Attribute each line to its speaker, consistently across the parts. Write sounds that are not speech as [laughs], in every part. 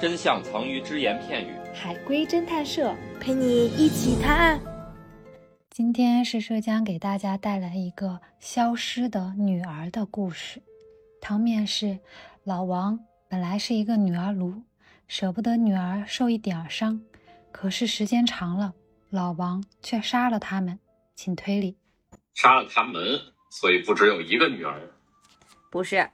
Speaker 1: 真相藏于只言片语。
Speaker 2: 海龟侦探社陪你一起探案。
Speaker 3: 今天是浙江给大家带来一个消失的女儿的故事。汤面是老王本来是一个女儿奴，舍不得女儿受一点儿伤，可是时间长了，老王却杀了他们。请推理。
Speaker 4: 杀了他们，所以不只有一个女儿。
Speaker 5: 不是，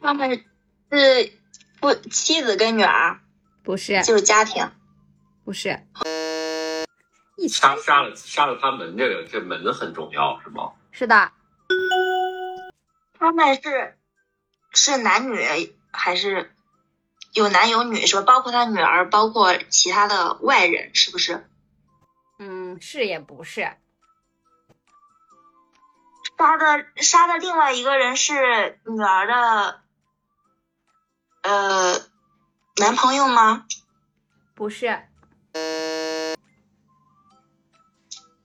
Speaker 6: 他们是夫妻子跟女儿，
Speaker 5: 不是，
Speaker 6: 就是家庭。
Speaker 5: 不是，
Speaker 4: 杀杀了杀了他们，这个这门很重要，是吗？
Speaker 5: 是的，
Speaker 6: 他们是是男女还是有男有女是吧？包括他女儿，包括其他的外人，是不是？
Speaker 5: 嗯，是也不是，
Speaker 6: 杀的杀的另外一个人是女儿的呃男朋友吗？
Speaker 5: 不是，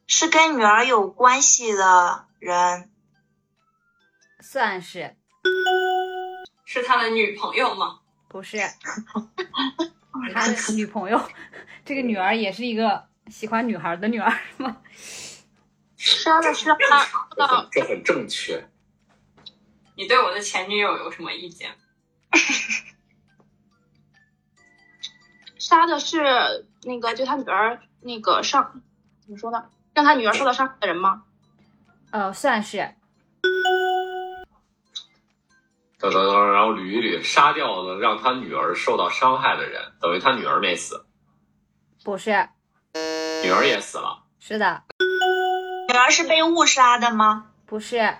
Speaker 6: 是跟女儿有关系的人，
Speaker 5: 算是，
Speaker 7: 是他的女朋友吗？
Speaker 6: [laughs]
Speaker 5: 不是，他的女朋友，这个女儿也是一个喜欢女孩的女儿吗？ [laughs]
Speaker 6: 杀的是他
Speaker 5: 啊
Speaker 6: 呃
Speaker 4: 这很这很正确。
Speaker 7: 你对我的前女友有什么意见？
Speaker 8: [laughs] 杀的是那个就他女儿那个上怎么说呢？让他女儿受到伤害的人吗？
Speaker 5: 呃，算是，
Speaker 4: 等等等，然后捋一捋，杀掉了让他女儿受到伤害的人，等于他女儿没死，
Speaker 5: 不是，
Speaker 4: 女儿也死了。
Speaker 5: 是的，
Speaker 6: 女儿是被误杀的吗？
Speaker 5: 不是，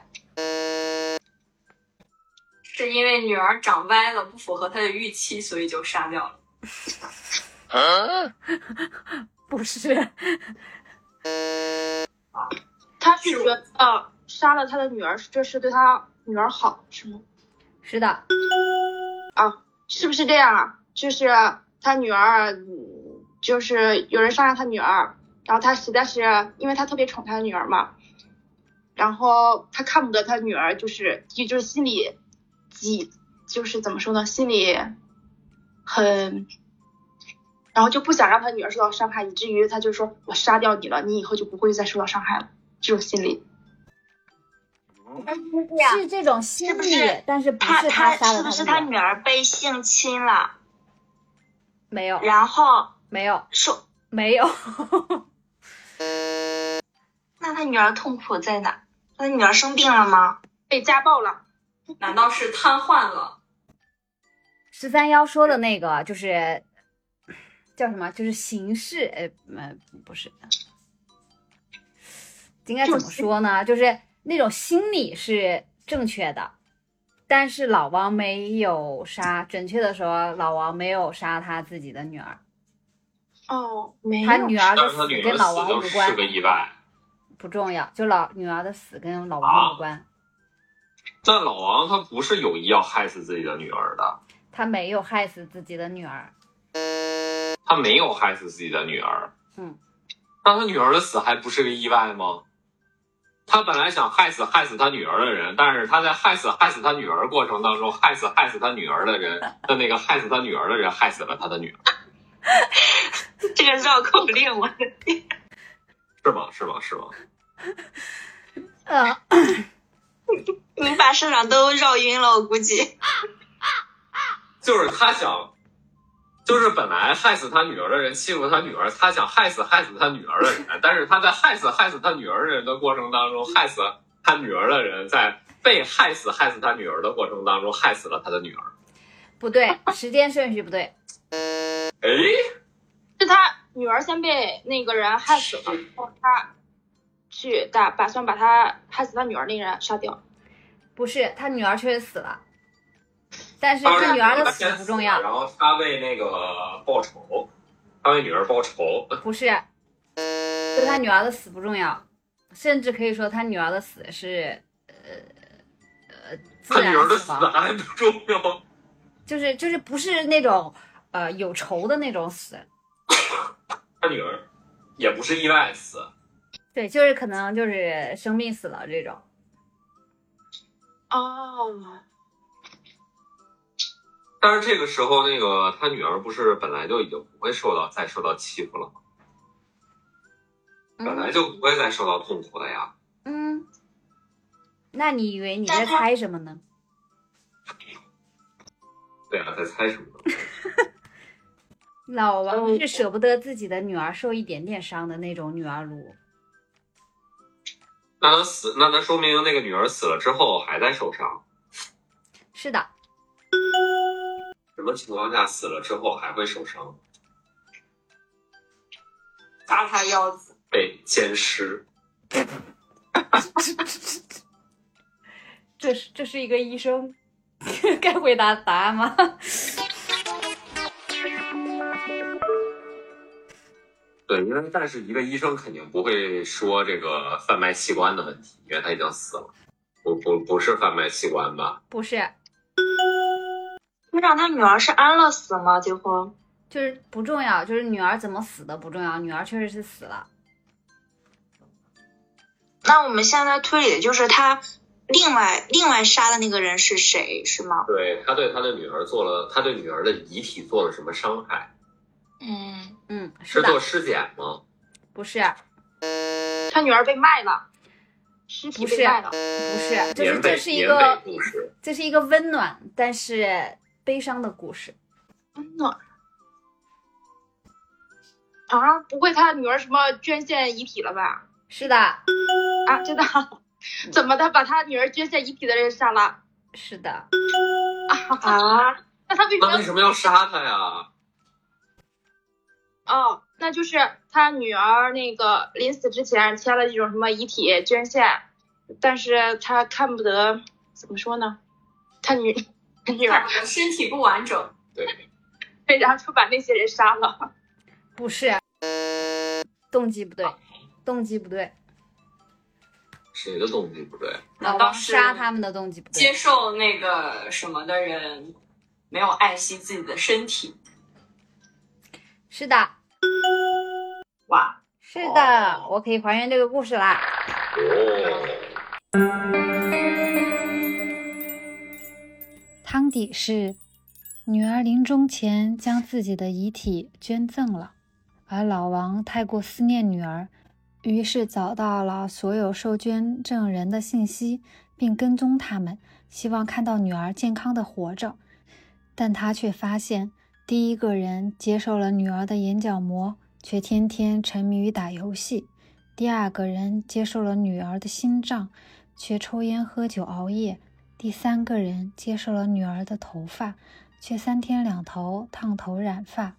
Speaker 7: 是因为女儿长歪了，不符合她的预期，所以就杀掉了。
Speaker 5: 不是，
Speaker 8: 他是觉得杀了他的女儿，这是对他女儿好，是吗？
Speaker 5: 是的，
Speaker 8: 是不是这样啊？就是他女儿，嗯就是有人伤害他女儿，然后他实在是因为他特别宠他女儿嘛，然后他看不得他女儿，就是就就是心里急，就是怎么说呢，心里很，然后就不想让他女儿受到伤害，以至于他就说我杀掉你了，你以后就不会再受到伤害了，这种心理。
Speaker 5: 是这种心
Speaker 6: 是不
Speaker 5: 理，
Speaker 6: 是
Speaker 5: 但是不
Speaker 6: 他
Speaker 5: 是
Speaker 6: 他
Speaker 5: 杀了
Speaker 6: 是不是
Speaker 5: 他
Speaker 6: 他
Speaker 5: 的女
Speaker 6: 女
Speaker 5: 儿？
Speaker 6: 儿被性侵了，
Speaker 5: 没有，
Speaker 6: 然后
Speaker 5: 没有，
Speaker 6: 受？
Speaker 5: 没有， [laughs]
Speaker 6: 那他女儿痛苦在哪？他女儿生病了吗？
Speaker 8: 被家暴了，
Speaker 7: 难道是瘫痪了？
Speaker 5: 十三幺说的那个就是叫什么？就是形式，呃，呃不是，应该怎么说呢？就是那种心理是正确的，但是老王没有杀，准确的说，老王没有杀他自己的女儿，
Speaker 8: 哦，没
Speaker 5: 他
Speaker 8: [laughs]
Speaker 5: 女儿
Speaker 4: 但
Speaker 5: 的
Speaker 4: 是他
Speaker 5: 死
Speaker 4: 女
Speaker 5: 跟
Speaker 4: 儿
Speaker 5: 老
Speaker 4: 死
Speaker 5: 王
Speaker 4: 就
Speaker 5: 无
Speaker 4: 是
Speaker 5: 关
Speaker 4: 个，意外。
Speaker 5: 不重要，就老女儿的死跟老王
Speaker 4: 啊
Speaker 5: 无关，
Speaker 4: 但老王他不是有意要害死自己的女儿的，
Speaker 5: 他没有害死自己的女儿，
Speaker 4: 他没有害死自己的女儿。
Speaker 5: 嗯，
Speaker 4: 那他女儿的死还不是个意外吗？他本来想害死害死他女儿的人，但是他在害死害死他女儿过程当中，害死害死他女儿的人的那个害死他女儿的人害死了他的女儿，
Speaker 6: 这个绕口令我
Speaker 4: 是吗？是吗？是吗？
Speaker 5: 呃，
Speaker 6: [laughs] 你把社长都绕晕了，我估计。
Speaker 4: 就是他想，就是本来害死他女儿的人欺负他女儿，他想害死害死他女儿的人，但是他在害死害死他女儿的人的过程当中，害死他女儿的人在被害死害死他女儿的过程当中，害死了他的女儿。
Speaker 5: 不对，时间顺序不对，
Speaker 4: 哎，
Speaker 8: 是他女儿先被那个人害死了，然后他去打打算把他害死他女儿那个人杀掉。
Speaker 5: 不是，他女儿确实死了，但是
Speaker 4: 当然
Speaker 5: 他女儿的死
Speaker 4: 先
Speaker 5: 不重要，
Speaker 4: 然后他为那个报仇，他为女儿报仇，
Speaker 5: 不是，就他女儿的死不重要，甚至可以说他女儿的死是呃呃
Speaker 4: 他
Speaker 5: 自
Speaker 4: 女儿
Speaker 5: 然
Speaker 4: 的
Speaker 5: 死
Speaker 4: 死
Speaker 5: 亡，
Speaker 4: 还不重要。
Speaker 5: 就是就是不是那种呃有仇的那种死，
Speaker 4: 他女儿也不是意外死，
Speaker 5: 对，就是可能就是生病死了这种，
Speaker 8: 哦，
Speaker 4: 但是这个时候，那个他女儿不是本来就已经不会受到再受到欺负了吗？本来就不会再受到痛苦了呀。
Speaker 5: 嗯，那你以为你在
Speaker 6: 但他
Speaker 5: 猜什么呢？
Speaker 4: 对啊，在猜什么呢？
Speaker 5: 老王
Speaker 8: 嗯
Speaker 5: 是舍不得自己的女儿受一点点伤的那种女儿奴。
Speaker 4: 那他死，那他说明那个女儿死了之后还在受伤。
Speaker 5: 是的，
Speaker 4: 什么情况下死了之后还会受伤？
Speaker 7: 扎他腰子。
Speaker 4: 被奸尸。
Speaker 5: 这是这是一个医生该回答的答案吗？ [laughs]
Speaker 4: 对，因为但是一个医生肯定不会说这个贩卖器官的问题，因为他已经死了。不不不是贩卖器官吧？
Speaker 5: 不是，
Speaker 6: 你让他女儿是安乐死吗？最后
Speaker 5: 就是不重要，就是女儿怎么死的不重要，女儿确实是死了。
Speaker 6: 那我们现在推理的就是他另外另外杀的那个人是谁，是吗？
Speaker 4: 对他对他的女儿做了，他对女儿的遗体做了什么伤害？
Speaker 6: 嗯，
Speaker 5: 嗯，是
Speaker 4: 是
Speaker 5: 的
Speaker 4: 做，尸检吗？
Speaker 5: 不是，
Speaker 8: 他女儿被卖了，尸体
Speaker 5: 不是
Speaker 8: 被卖了。
Speaker 5: 不是，就
Speaker 4: 缅
Speaker 5: 是
Speaker 4: 北
Speaker 5: 这是一
Speaker 4: 缅北
Speaker 5: 个
Speaker 4: 故事，
Speaker 5: 这是一个温暖但是悲伤的故事。
Speaker 8: 温暖啊！不会他女儿什么捐献遗体了吧？
Speaker 5: 是的，
Speaker 8: 啊，真的啊？怎么他把他女儿捐献遗体的人杀了？
Speaker 5: 是的，
Speaker 6: 啊，
Speaker 8: 那他为什么
Speaker 4: 那
Speaker 8: 要
Speaker 4: 为什么要杀他呀？
Speaker 8: 哦，那就是他女儿那个临死之前签了一种什么遗体捐献，但是他看不得，怎么说呢？他女 [laughs] 他女
Speaker 7: 看
Speaker 8: 儿
Speaker 7: 不得身体不完整，
Speaker 8: 对，然后就把那些人杀了。
Speaker 5: 不是，动机不对，
Speaker 7: 哦
Speaker 5: 动机不对，
Speaker 4: 谁的动机不对？
Speaker 5: 老
Speaker 7: 那
Speaker 5: 王
Speaker 7: 当时
Speaker 5: 杀他们的动机不
Speaker 7: 接
Speaker 5: 对。
Speaker 7: 受那个什么的人没有爱惜自己的身体。
Speaker 5: 是的，
Speaker 7: 哇，
Speaker 5: 是的，
Speaker 7: 哦
Speaker 5: 我可以还原这个故事啦。
Speaker 4: 哦，
Speaker 3: 汤底是：女儿临终前将自己的遗体捐赠了，而老王太过思念女儿，于是找到了所有受捐赠人的信息，并跟踪他们，希望看到女儿健康的活着。但他却发现，第一个人接受了女儿的眼角膜，却天天沉迷于打游戏；第二个人接受了女儿的心脏，却抽烟、喝酒、熬夜。第三个人接受了女儿的头发，却三天两头烫头染发。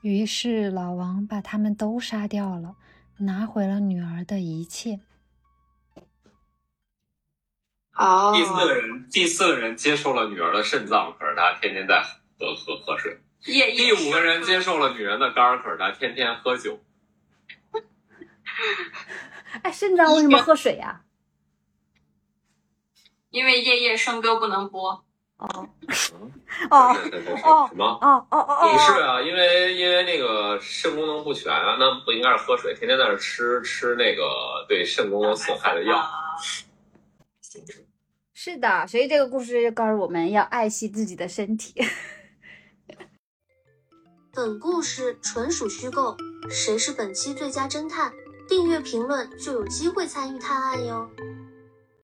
Speaker 3: 于是老王把他们都杀掉了，拿回了女儿的一切。
Speaker 6: 哦，
Speaker 4: 第四个人，第四个人接受了女儿的肾脏，可是他天天在喝喝喝水。
Speaker 7: 夜
Speaker 4: 第
Speaker 7: 夜
Speaker 4: 五个人接受了女人的肝儿，可是他天天喝酒。
Speaker 5: 哎，肾脏为什么喝水呀、
Speaker 7: 因为夜夜笙歌不能播，
Speaker 5: 哦
Speaker 4: 对对对
Speaker 5: 哦
Speaker 4: 什么？
Speaker 5: 哦哦哦
Speaker 4: 不是
Speaker 5: 哦，
Speaker 4: 啊，因为因为那个肾功能不全啊，那不应该是喝水，天天在那吃吃那个对肾功能损害的药。
Speaker 5: 是的，所以这个故事就告诉我们要爱惜自己的身体。
Speaker 9: 本故事纯属虚构，谁是本期最佳侦探？订阅评论就有机会参与探案哟。